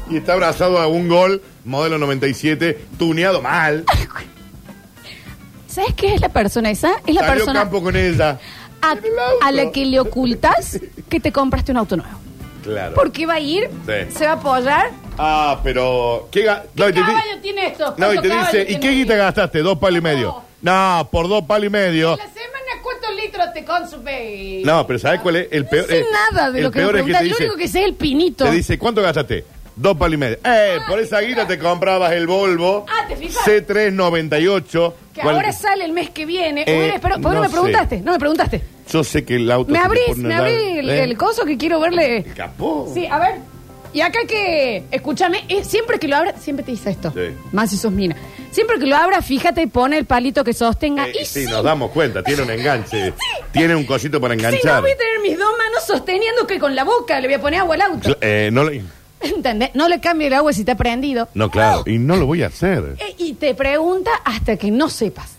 Speaker 2: Y está abrazado a un gol, modelo 97, tuneado mal.
Speaker 4: ¿sabes qué es la persona esa? Es la
Speaker 2: Salió
Speaker 4: persona
Speaker 2: campo con ella.
Speaker 4: a,
Speaker 2: En el auto.
Speaker 4: a la que le ocultas que te compraste un auto nuevo.
Speaker 2: Claro.
Speaker 4: Porque va a ir,
Speaker 2: Sí.
Speaker 4: se va a apoyar.
Speaker 2: Ah, pero. ¿Qué, ga- no, y te, di-
Speaker 5: caballo tiene esto?
Speaker 2: no, y
Speaker 5: ¿Cuánto
Speaker 2: te
Speaker 5: caballo
Speaker 2: dice, ¿y
Speaker 5: tiene
Speaker 2: qué guita gastaste? Dos palos y medio. No, por dos palos y medio.
Speaker 5: la semana cuántos litros te consume?
Speaker 2: No, pero ¿sabes cuál es el peor?
Speaker 4: No sé
Speaker 2: eh,
Speaker 4: nada de
Speaker 2: el
Speaker 4: lo que me
Speaker 2: peor es que
Speaker 4: preguntas.
Speaker 2: te
Speaker 4: Lo
Speaker 2: dice,
Speaker 4: único que sé es el pinito.
Speaker 2: te dice, ¿cuánto gastaste? Dos palos y medio. Eh, por esa guita te comprabas el Volvo
Speaker 4: Ah, ¿te fijas?
Speaker 2: C398.
Speaker 4: Que
Speaker 2: cual-
Speaker 4: ahora sale el mes que viene.
Speaker 2: Eh,
Speaker 4: Hubiera esperado- ¿Por qué no
Speaker 2: no
Speaker 4: me preguntaste?
Speaker 2: sé.
Speaker 4: No me preguntaste.
Speaker 2: Yo sé que el auto.
Speaker 4: Me
Speaker 2: se te
Speaker 4: abrís,
Speaker 2: pone
Speaker 4: me
Speaker 2: una-
Speaker 4: abrí el,
Speaker 2: ¿Eh?
Speaker 4: el coso que quiero verle.
Speaker 2: El capó. Eh,
Speaker 4: Sí, a ver. Y acá que, escúchame, eh, siempre que lo abra, siempre te dice esto.
Speaker 2: Sí.
Speaker 4: Más si sos mina. Siempre que lo abra, fíjate, pone el palito que sostenga.
Speaker 2: Eh,
Speaker 4: y
Speaker 2: sí,
Speaker 4: sí,
Speaker 2: nos damos cuenta, tiene un enganche. Tiene un cosito para
Speaker 4: Si no
Speaker 2: enganchar.
Speaker 4: voy a tener mis dos manos sosteniendo que con la boca le voy a poner agua al auto.
Speaker 2: Cla- eh, no, lo-
Speaker 4: ¿Entendés? No le cambie el agua si está prendido.
Speaker 2: no, claro. Y no lo voy a hacer.
Speaker 4: Eh, y te pregunta hasta que no sepas.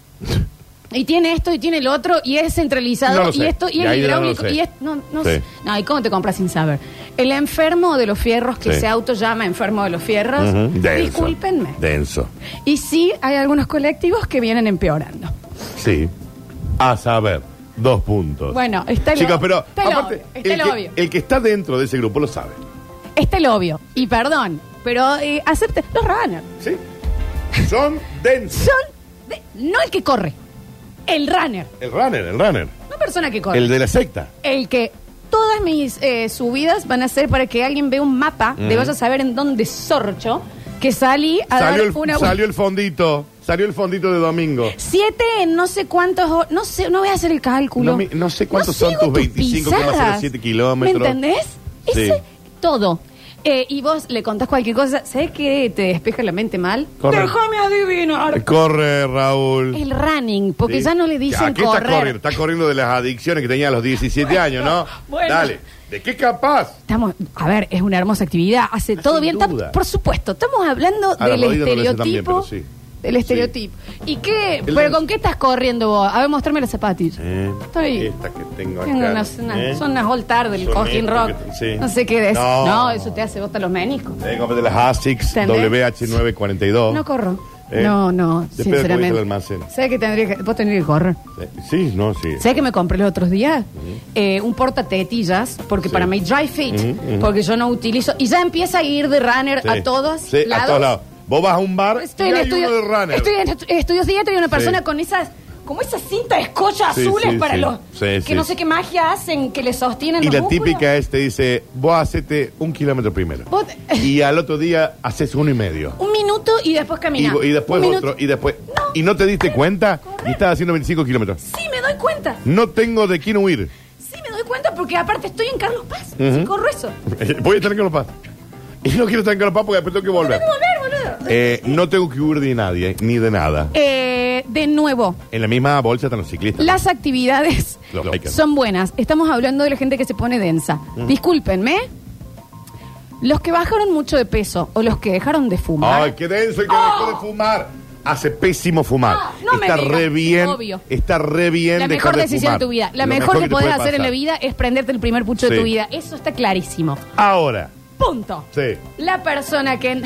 Speaker 4: Y tiene esto y tiene lo otro y es centralizado
Speaker 2: No lo sé.
Speaker 4: y esto y,
Speaker 2: Y
Speaker 4: es
Speaker 2: ahí no lo
Speaker 1: hidráulico
Speaker 2: sé.
Speaker 1: y es- no, no
Speaker 2: Sí.
Speaker 1: sé.
Speaker 4: No, ¿y cómo te compras sin saber? El enfermo de los fierros que
Speaker 2: Sí.
Speaker 4: se auto llama enfermo de los fierros,
Speaker 2: Ujú. Denso.
Speaker 4: discúlpenme.
Speaker 2: Denso.
Speaker 4: Y sí, hay algunos colectivos que vienen empeorando.
Speaker 2: Sí. A saber, dos puntos.
Speaker 4: Bueno, está el
Speaker 2: Chicos,
Speaker 4: obvio.
Speaker 2: pero
Speaker 4: Está el
Speaker 2: aparte, eh,
Speaker 4: obvio, está
Speaker 2: el,
Speaker 4: el
Speaker 2: que,
Speaker 4: obvio.
Speaker 2: el que está dentro de ese grupo lo sabe.
Speaker 4: Este el obvio. Y perdón, pero eh, acepte. Los runners
Speaker 2: ¿Sí? Son densos.
Speaker 4: son. de- no el que corre. El runner.
Speaker 2: El runner, el runner.
Speaker 4: No persona que corre.
Speaker 2: El de la secta.
Speaker 4: el que todas mis eh, subidas van a ser para que alguien vea un mapa de vaya a saber en dónde sorcho que salí a
Speaker 2: Salió
Speaker 4: dar
Speaker 2: el,
Speaker 4: una
Speaker 2: salió el fondito. Salió el fondito de domingo.
Speaker 4: siete en no sé cuántos hor- no sé no voy a hacer el cálculo
Speaker 2: No me- no sé cuántos son tus
Speaker 4: sigo
Speaker 2: 25,07
Speaker 4: pisadas.
Speaker 2: kilómetros.
Speaker 4: me entendés
Speaker 2: Sí.
Speaker 4: Ese- todo Eh, y vos le contás cualquier cosa ¿sabés que te despeja la mente mal?
Speaker 2: Corre.
Speaker 4: déjame adivinar
Speaker 2: Corre, Raúl.
Speaker 4: el running porque
Speaker 2: Sí.
Speaker 4: ya no le
Speaker 2: ¿A
Speaker 4: dicen
Speaker 2: qué está corriendo?
Speaker 4: correr
Speaker 2: Está corriendo de las adicciones que tenía a los 17 años, ¿no?
Speaker 4: bueno.
Speaker 2: Dale. ¿De qué capaz?
Speaker 4: Estamos, a ver, es una hermosa actividad, hace
Speaker 2: Ah,
Speaker 4: todo
Speaker 2: sin
Speaker 4: bien, tam-
Speaker 2: duda.
Speaker 4: por supuesto, estamos hablando
Speaker 2: A la
Speaker 4: del
Speaker 2: rodilla no le hace tan bien,
Speaker 4: estereotipo.
Speaker 2: pero sí.
Speaker 4: Del estereotipo. ¿Y qué?
Speaker 2: El
Speaker 4: ¿Pero
Speaker 2: dance.
Speaker 4: con qué estás corriendo vos? A ver, mostrame las zapatillas.
Speaker 2: Eh,
Speaker 4: Estoy-
Speaker 2: Esta que tengo acá.
Speaker 4: Tengo unas, unas-
Speaker 2: ¿eh?
Speaker 4: son unas all tar del
Speaker 2: Son
Speaker 4: Cojín
Speaker 2: estas
Speaker 4: Rock.
Speaker 2: que te- sí.
Speaker 4: No sé qué es.
Speaker 2: No.
Speaker 4: No. eso te hace botar los menicos.
Speaker 2: Eh, cómprate las ASICS
Speaker 4: ¿Entendés?
Speaker 2: WH942.
Speaker 4: No corro.
Speaker 2: Eh,
Speaker 1: No, no,
Speaker 2: depende de cómo
Speaker 1: sinceramente.
Speaker 2: dice el almacén.
Speaker 4: ¿Sabes que tendría que, vos tendrías que correr?
Speaker 2: Eh, Sí, no, sí.
Speaker 4: ¿Sabes que me compré los otros días? Eh, un portatetillas, porque para mi dry fit, porque yo no utilizo. Y ya empieza a ir de runner
Speaker 2: Sí.
Speaker 4: a todos
Speaker 2: Sí, a todos lados. Vos vas a un bar
Speaker 4: Estoy
Speaker 2: y
Speaker 4: en,
Speaker 2: hay
Speaker 4: estudio-
Speaker 2: uno de runner.
Speaker 4: estoy en estu- estudios de dieta y una persona
Speaker 2: Sí.
Speaker 4: con esas, como esas cintas de escolla
Speaker 2: Sí,
Speaker 4: azules
Speaker 2: sí,
Speaker 4: para
Speaker 2: sí.
Speaker 4: los
Speaker 2: Sí,
Speaker 4: que
Speaker 2: sí,
Speaker 4: no
Speaker 2: sí.
Speaker 4: sé qué magia hacen, que le sostienen
Speaker 2: Y
Speaker 4: los
Speaker 2: la
Speaker 4: músculos.
Speaker 2: típica es, te dice, vos hacete un kilómetro primero.
Speaker 4: Vos te-
Speaker 2: Y al otro día haces uno y medio.
Speaker 4: Un minuto y después
Speaker 2: Y,
Speaker 4: caminar.
Speaker 2: vo- y después
Speaker 4: Un minuto.
Speaker 2: otro, y después... Y no te diste cuenta y estás haciendo 25 kilómetros.
Speaker 4: Sí, me doy cuenta.
Speaker 2: No tengo de quién huir. <laughs>
Speaker 4: Sí, me doy cuenta porque aparte estoy en Carlos Paz.
Speaker 2: Ujú.
Speaker 4: Sí, corro eso.
Speaker 2: Voy a estar en Carlos Paz. Y no quiero estar en Carlos Paz porque después tengo que volver.
Speaker 4: Tengo que volver, boludo.
Speaker 2: Eh, no tengo que huir de nadie, ni de nada.
Speaker 4: Eh, de nuevo,
Speaker 2: En la misma bolsa están los ciclistas.
Speaker 4: las actividades
Speaker 2: Los bikers.
Speaker 4: son buenas. Estamos hablando de la gente que se pone densa. Discúlpenme. Los que bajaron mucho de peso o los que dejaron de fumar.
Speaker 2: Ay, qué denso el que dejó de fumar. Hace pésimo fumar.
Speaker 4: Oh. Ah, no me
Speaker 2: está
Speaker 4: digas,
Speaker 2: re bien.
Speaker 4: obvio.
Speaker 2: Está re bien.
Speaker 4: La
Speaker 2: dejar
Speaker 4: mejor
Speaker 2: de
Speaker 4: decisión de,
Speaker 2: fumar.
Speaker 4: tu vida. La
Speaker 2: Lo
Speaker 4: mejor, que,
Speaker 2: te
Speaker 4: podés
Speaker 2: puede
Speaker 4: hacer en la
Speaker 2: pasar.
Speaker 4: vida es prenderte el primer pucho
Speaker 2: Sí.
Speaker 4: de tu vida. Eso está clarísimo.
Speaker 2: Ahora.
Speaker 4: Punto.
Speaker 2: Sí.
Speaker 4: La persona que.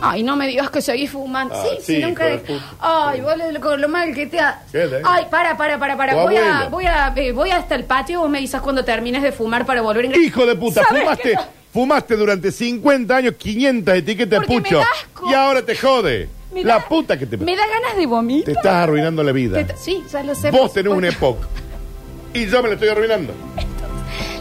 Speaker 4: Ay, no me digas que seguís fumando.
Speaker 2: Ah,
Speaker 4: sí,
Speaker 2: sí,
Speaker 4: si nunca.
Speaker 2: hijo de puta.
Speaker 4: Ay, vos lo, con lo mal que te ha.
Speaker 2: ¿Qué le-
Speaker 4: Ay, para, para, para, para.
Speaker 2: Tu
Speaker 4: Voy a,
Speaker 2: abuelo.
Speaker 4: voy a, eh, voy hasta el patio. Vos me avisas cuando termines de fumar para volver a
Speaker 2: Hijo de puta,
Speaker 4: ¿Sabes
Speaker 2: fumaste,
Speaker 4: que no?
Speaker 2: fumaste durante 50 años 500 etiquetas de
Speaker 4: Porque me
Speaker 2: pucho.
Speaker 4: da asco.
Speaker 2: Y ahora te jode.
Speaker 4: Me
Speaker 2: la
Speaker 4: da-
Speaker 2: puta que te.
Speaker 4: Me da ganas de vomitar.
Speaker 2: Te estás arruinando la vida.
Speaker 4: Te ta- Sí, ya lo sé. por
Speaker 2: Vos tenés una
Speaker 4: supuesto.
Speaker 2: época. Y yo me la estoy arruinando.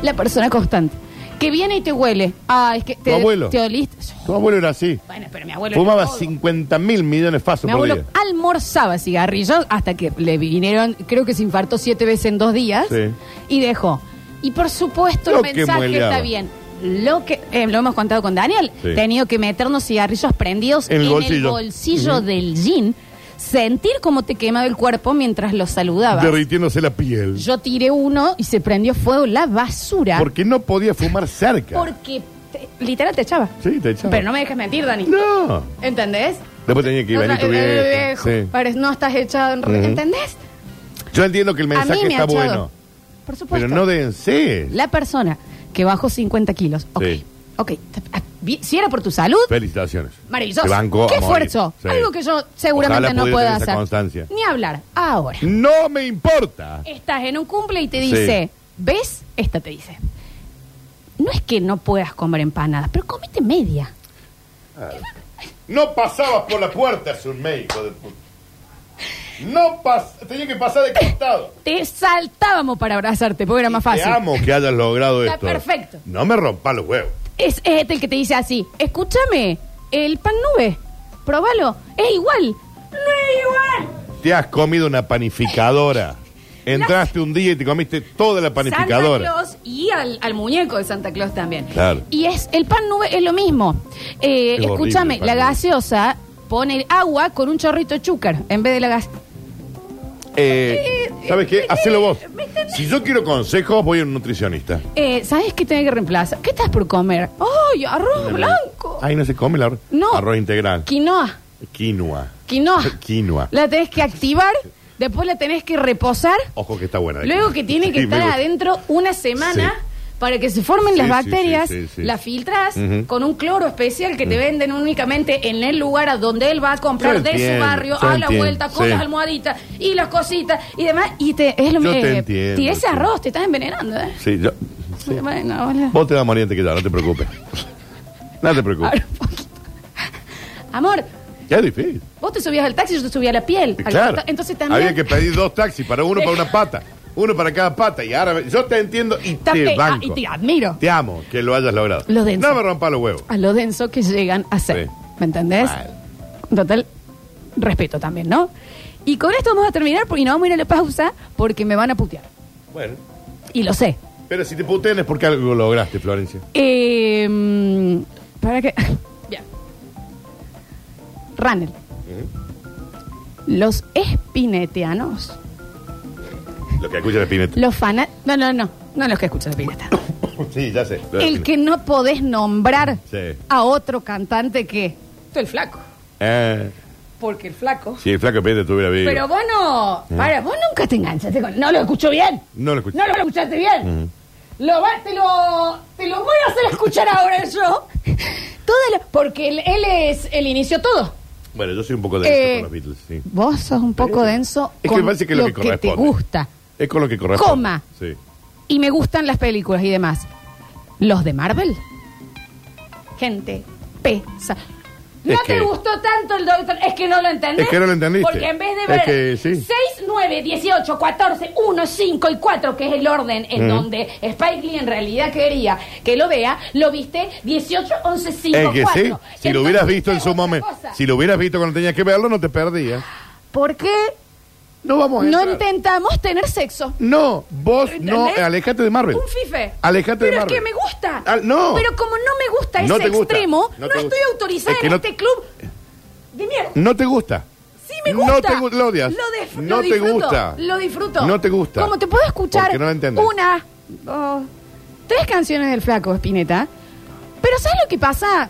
Speaker 4: La persona constante. Que viene y te huele. Ah, es que te,
Speaker 2: Tu abuelo.
Speaker 4: te oliste.
Speaker 2: Tu abuelo era así.
Speaker 4: Bueno, pero mi abuelo.
Speaker 2: Fumaba
Speaker 4: todo.
Speaker 2: 50 mil millones de fasos
Speaker 4: Mi
Speaker 2: por
Speaker 4: abuelo
Speaker 2: día.
Speaker 4: almorzaba cigarrillos hasta que le vinieron, creo que se infartó siete veces en dos días
Speaker 2: Sí.
Speaker 4: y dejó. Y por supuesto
Speaker 2: Lo
Speaker 4: el
Speaker 2: que
Speaker 4: mensaje
Speaker 2: mueleaba.
Speaker 4: está bien. Lo que eh, lo hemos contado con Daniel,
Speaker 2: Sí.
Speaker 4: tenido que meternos cigarrillos prendidos
Speaker 2: En el bolsillo.
Speaker 4: bolsillo del jean, sentir cómo te quemaba el cuerpo mientras lo saludabas.
Speaker 2: Derritiéndose la piel.
Speaker 4: Yo tiré uno y se prendió fuego la basura
Speaker 2: Porque no podía fumar cerca.
Speaker 4: porque te- literal te echaba.
Speaker 2: Sí, te echaba.
Speaker 4: Pero no me dejes mentir, Dani.
Speaker 2: No.
Speaker 4: ¿Entendés?
Speaker 2: Después tenía que ir venir tu
Speaker 4: Otra- eh,
Speaker 2: viejo.
Speaker 4: viejo,
Speaker 2: Sí.
Speaker 4: parece- no estás echado en... ¿Entendés?
Speaker 2: Yo entiendo que el
Speaker 4: A mí
Speaker 2: mensaje
Speaker 4: me
Speaker 2: está
Speaker 4: ha echado.
Speaker 2: bueno.
Speaker 4: Por supuesto.
Speaker 2: Pero no dense.
Speaker 4: La persona que bajó 50 kilos. Ok.
Speaker 2: Sí.
Speaker 4: Ok. Ah, vi- Si era por tu salud,
Speaker 2: Felicitaciones.
Speaker 4: maravilloso.
Speaker 2: Te banco a
Speaker 4: Qué
Speaker 2: morir.
Speaker 4: esfuerzo.
Speaker 2: Sí.
Speaker 4: Algo que yo seguramente
Speaker 2: Ojalá
Speaker 4: no
Speaker 2: pudiera
Speaker 4: pueda
Speaker 2: tener esa
Speaker 4: hacer.
Speaker 2: constancia.
Speaker 4: Ni hablar. Ahora,
Speaker 2: No me importa.
Speaker 4: estás en un cumple y te
Speaker 2: Sí.
Speaker 4: dice, ¿ves? Esta te dice. No es que no puedas comer empanadas, pero comete media.
Speaker 2: No pasabas por la puerta, es un médico de puta. No pas tenía que pasar de costado.
Speaker 4: Te saltábamos para abrazarte, porque era más
Speaker 2: Te
Speaker 4: fácil.
Speaker 2: amo que hayas logrado
Speaker 4: Está
Speaker 2: esto.
Speaker 4: perfecto.
Speaker 2: No me rompa los huevos.
Speaker 1: Es este el que te dice así, escúchame, el pan nube, probalo, es igual.
Speaker 4: ¡No es igual!
Speaker 2: Te has comido una panificadora. Entraste un día y te comiste toda la
Speaker 4: Santa
Speaker 2: panificadora.
Speaker 4: Claus y al, al muñeco de Santa Claus también.
Speaker 2: Claro.
Speaker 1: Y es el pan nube es lo mismo. Eh,
Speaker 2: Es horrible
Speaker 1: escúchame,
Speaker 2: el pan
Speaker 1: la
Speaker 2: nube.
Speaker 1: gaseosa pone agua con un chorrito de chúcar en vez de la gas.
Speaker 2: Eh, ¿Sabes qué? Hacelo vos.
Speaker 4: me tenés-
Speaker 2: Si yo quiero consejos, voy a un nutricionista.
Speaker 1: Eh, ¿Sabes qué tenés que reemplazar? ¿Qué estás por comer? ¡Ay, arroz blanco!
Speaker 2: Ahí no se come el arroz.
Speaker 1: No.
Speaker 2: Arroz integral.
Speaker 1: Quinoa,
Speaker 2: Quinoa.
Speaker 1: quinoa.
Speaker 2: <laughs> Quinoa.
Speaker 1: La tenés que activar, después la tenés que reposar,
Speaker 2: Ojo que está buena. la
Speaker 1: luego
Speaker 2: quinoa.
Speaker 1: que tiene que
Speaker 2: <laughs> Sí, me
Speaker 1: estar
Speaker 2: gusta.
Speaker 1: adentro una semana
Speaker 2: Sí.
Speaker 1: para que se formen
Speaker 2: Sí,
Speaker 1: las
Speaker 2: sí,
Speaker 1: bacterias,
Speaker 2: sí, sí, sí.
Speaker 1: las filtras
Speaker 2: Ujú.
Speaker 1: con un cloro especial que te venden únicamente en el lugar a donde él va a comprar
Speaker 2: Yo
Speaker 1: de
Speaker 2: entiendo,
Speaker 1: su barrio,
Speaker 2: yo
Speaker 1: a la
Speaker 2: entiendo,
Speaker 1: vuelta con
Speaker 2: sí.
Speaker 1: las almohaditas y las cositas y demás. Y te, es lo
Speaker 2: Yo
Speaker 1: mismo.
Speaker 2: te entiendo,
Speaker 1: y ese
Speaker 2: sí.
Speaker 1: arroz te estás envenenando, ¿eh?
Speaker 2: Sí, yo-
Speaker 1: Bueno, hola.
Speaker 2: Vos te das moriente que yo, no te preocupes. <laughs> No te preocupes.
Speaker 1: Ahora un poquito. Amor,
Speaker 2: Ya es difícil.
Speaker 1: vos te subías al taxi, yo te subía a la piel. al
Speaker 2: Claro.
Speaker 1: contacto. Entonces también.
Speaker 2: Había que pedir dos taxis,
Speaker 1: <laughs>
Speaker 2: para uno para una pata, uno para cada pata. Y ahora yo te entiendo y
Speaker 1: Tape-
Speaker 2: te
Speaker 1: ah,
Speaker 2: banco.
Speaker 1: y te admiro.
Speaker 2: Te amo que lo hayas logrado.
Speaker 1: Lo denso.
Speaker 2: no me rompas los huevos.
Speaker 1: a lo denso que llegan a ser.
Speaker 2: Sí.
Speaker 1: ¿Me entendés?
Speaker 2: Mal.
Speaker 1: Total respeto también, ¿no? Y con esto vamos a terminar porque no vamos a ir a la pausa porque me van a putear.
Speaker 2: Bueno,
Speaker 1: Y lo sé.
Speaker 2: pero si te putean es porque algo lograste, Florencia.
Speaker 1: Eh, mm, ¿Para qué? <laughs> Bien. Ranel. Los espineteanos.
Speaker 2: Lo que escucha el
Speaker 1: <laughs>
Speaker 2: Spinetta.
Speaker 1: Los fanas. No, no, no. No los que escuchan Spinetta.
Speaker 2: sí, ya sé. Lo de
Speaker 1: El
Speaker 2: Spinetta.
Speaker 1: que no podés nombrar
Speaker 2: Sí.
Speaker 1: a otro cantante que.
Speaker 4: Esto el flaco.
Speaker 2: Eh,
Speaker 4: Porque el flaco.
Speaker 2: si el flaco Spinetta estuviera vivo.
Speaker 4: Pero vos no. Para, vos nunca te enganchaste con. No lo escucho bien.
Speaker 2: No lo escuché.
Speaker 4: No lo escuchaste bien. Lo va- te lo. Te lo voy a hacer escuchar ahora yo.
Speaker 1: Toda la-
Speaker 4: Porque él, él es. Él inició todo.
Speaker 2: Bueno, yo soy un poco de
Speaker 1: Eh,
Speaker 2: con los Beatles, sí.
Speaker 1: Vos sos un poco denso
Speaker 2: Es que
Speaker 1: con
Speaker 2: me parece que es
Speaker 1: lo,
Speaker 2: lo
Speaker 1: que,
Speaker 2: que
Speaker 1: te
Speaker 2: corresponde.
Speaker 1: gusta.
Speaker 2: Es con lo que corresponde.
Speaker 1: Coma.
Speaker 2: Sí.
Speaker 1: Y me gustan las películas y demás. Los de Marvel. Gente, pesa.
Speaker 4: No
Speaker 2: Es
Speaker 4: te
Speaker 2: que-
Speaker 4: gustó tanto el doctor. Es que no lo entendés.
Speaker 2: Es que no lo entendiste.
Speaker 4: Porque en vez de
Speaker 2: Es
Speaker 4: ver
Speaker 2: que sí.
Speaker 4: 6, 9, 18, 14, 1, 5 y 4, que es el orden en donde Spike Lee en realidad quería que lo vea, lo viste 18, 11, 5,
Speaker 2: Es que sí,
Speaker 4: 4.
Speaker 2: si lo
Speaker 4: Entonces,
Speaker 2: hubieras visto en
Speaker 4: es
Speaker 2: su
Speaker 4: otra
Speaker 2: momento,
Speaker 4: cosa.
Speaker 2: si lo hubieras visto cuando tenías que verlo, no te perdías.
Speaker 1: ¿Por qué
Speaker 2: No vamos a
Speaker 1: no
Speaker 2: entrar.
Speaker 1: intentamos tener sexo?
Speaker 2: No, vos no,
Speaker 4: ¿Entendés?
Speaker 2: alejate de Marvel.
Speaker 4: Un fife.
Speaker 2: Alejate
Speaker 4: Pero
Speaker 2: de Marvel.
Speaker 4: es que me gusta.
Speaker 2: Ah, no.
Speaker 4: Pero como no me gusta
Speaker 2: No
Speaker 4: ese
Speaker 2: te gusta.
Speaker 4: extremo, no,
Speaker 2: No te
Speaker 4: estoy
Speaker 2: gusta.
Speaker 4: autorizada
Speaker 2: Es que
Speaker 4: en
Speaker 2: no-
Speaker 4: este club de mierda.
Speaker 2: No te gusta.
Speaker 4: Sí me gusta.
Speaker 2: No te gusta, lo odias.
Speaker 4: def-
Speaker 2: no
Speaker 4: lo
Speaker 2: te
Speaker 4: disfruto,
Speaker 2: gusta.
Speaker 4: Lo disfruto.
Speaker 2: No te gusta.
Speaker 1: Como te puedo escuchar
Speaker 2: Porque no lo entendés.
Speaker 1: una, dos, tres canciones del flaco Spinetta. Pero ¿sabes lo que pasa?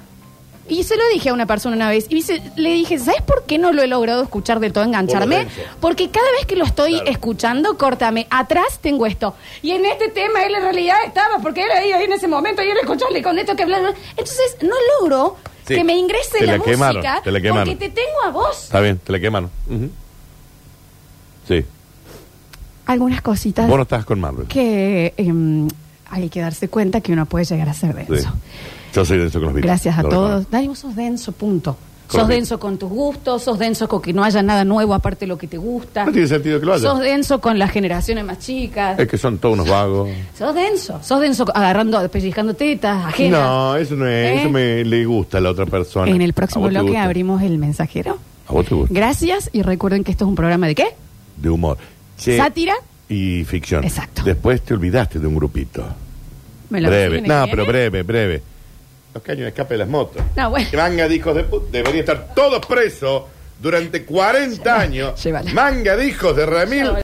Speaker 1: Y se lo dije a una persona una vez. Y dice- le dije, ¿sabes por qué no lo he logrado escuchar del todo engancharme?
Speaker 2: Por lo denso.
Speaker 1: Porque cada vez que lo estoy
Speaker 2: Claro.
Speaker 1: escuchando, córtame. Atrás tengo esto.
Speaker 4: Y en este tema él en realidad estaba, porque él ahí ahí en ese momento, y él escucharle con esto que hablaba.
Speaker 1: Entonces no logro
Speaker 2: Sí.
Speaker 1: que me ingrese
Speaker 2: Te
Speaker 1: la,
Speaker 2: la
Speaker 1: música
Speaker 2: quemaron, te la
Speaker 1: porque
Speaker 2: quemaron.
Speaker 1: te tengo a vos.
Speaker 2: Está bien, te la quemaron. Ujú. Sí.
Speaker 1: Algunas cositas
Speaker 2: Vos no estás con Marvel.
Speaker 1: que em, hay que darse cuenta que uno puede llegar a ser denso.
Speaker 2: Sí. Yo soy denso con los Beatles.
Speaker 1: Gracias a
Speaker 2: Lo
Speaker 1: todos.
Speaker 2: reconozco.
Speaker 1: Dani, vos sos denso, punto. Sos
Speaker 2: Correcto.
Speaker 1: denso con tus gustos, sos denso con que no haya nada nuevo aparte de lo que te gusta.
Speaker 2: No tiene sentido que lo haya.
Speaker 1: Sos denso con las generaciones más chicas.
Speaker 2: Es que son todos unos vagos.
Speaker 1: Sos denso, sos denso agarrando, pellizcando tetas, ajenas.
Speaker 2: No, eso no es.
Speaker 1: ¿Eh?
Speaker 2: Eso me le gusta a la otra persona.
Speaker 1: En el
Speaker 2: ¿A
Speaker 1: próximo
Speaker 2: vos te
Speaker 1: bloque
Speaker 2: gusta?
Speaker 1: abrimos el mensajero.
Speaker 2: ¿A vos te gusta?
Speaker 1: Gracias y recuerden que esto es un programa de qué?
Speaker 2: de humor. Che,
Speaker 1: Sátira.
Speaker 2: Y ficción.
Speaker 1: Exacto.
Speaker 2: Después te olvidaste de un grupito.
Speaker 1: Me lo
Speaker 2: Breve.
Speaker 1: reciben
Speaker 2: No,
Speaker 1: en-
Speaker 2: pero breve, breve. Los caños de escape de las motos.
Speaker 1: No, bueno.
Speaker 2: Manga de hijos de puta. Debería estar todos presos durante 40 años.
Speaker 1: llévala.
Speaker 2: Manga de hijos de Ramil.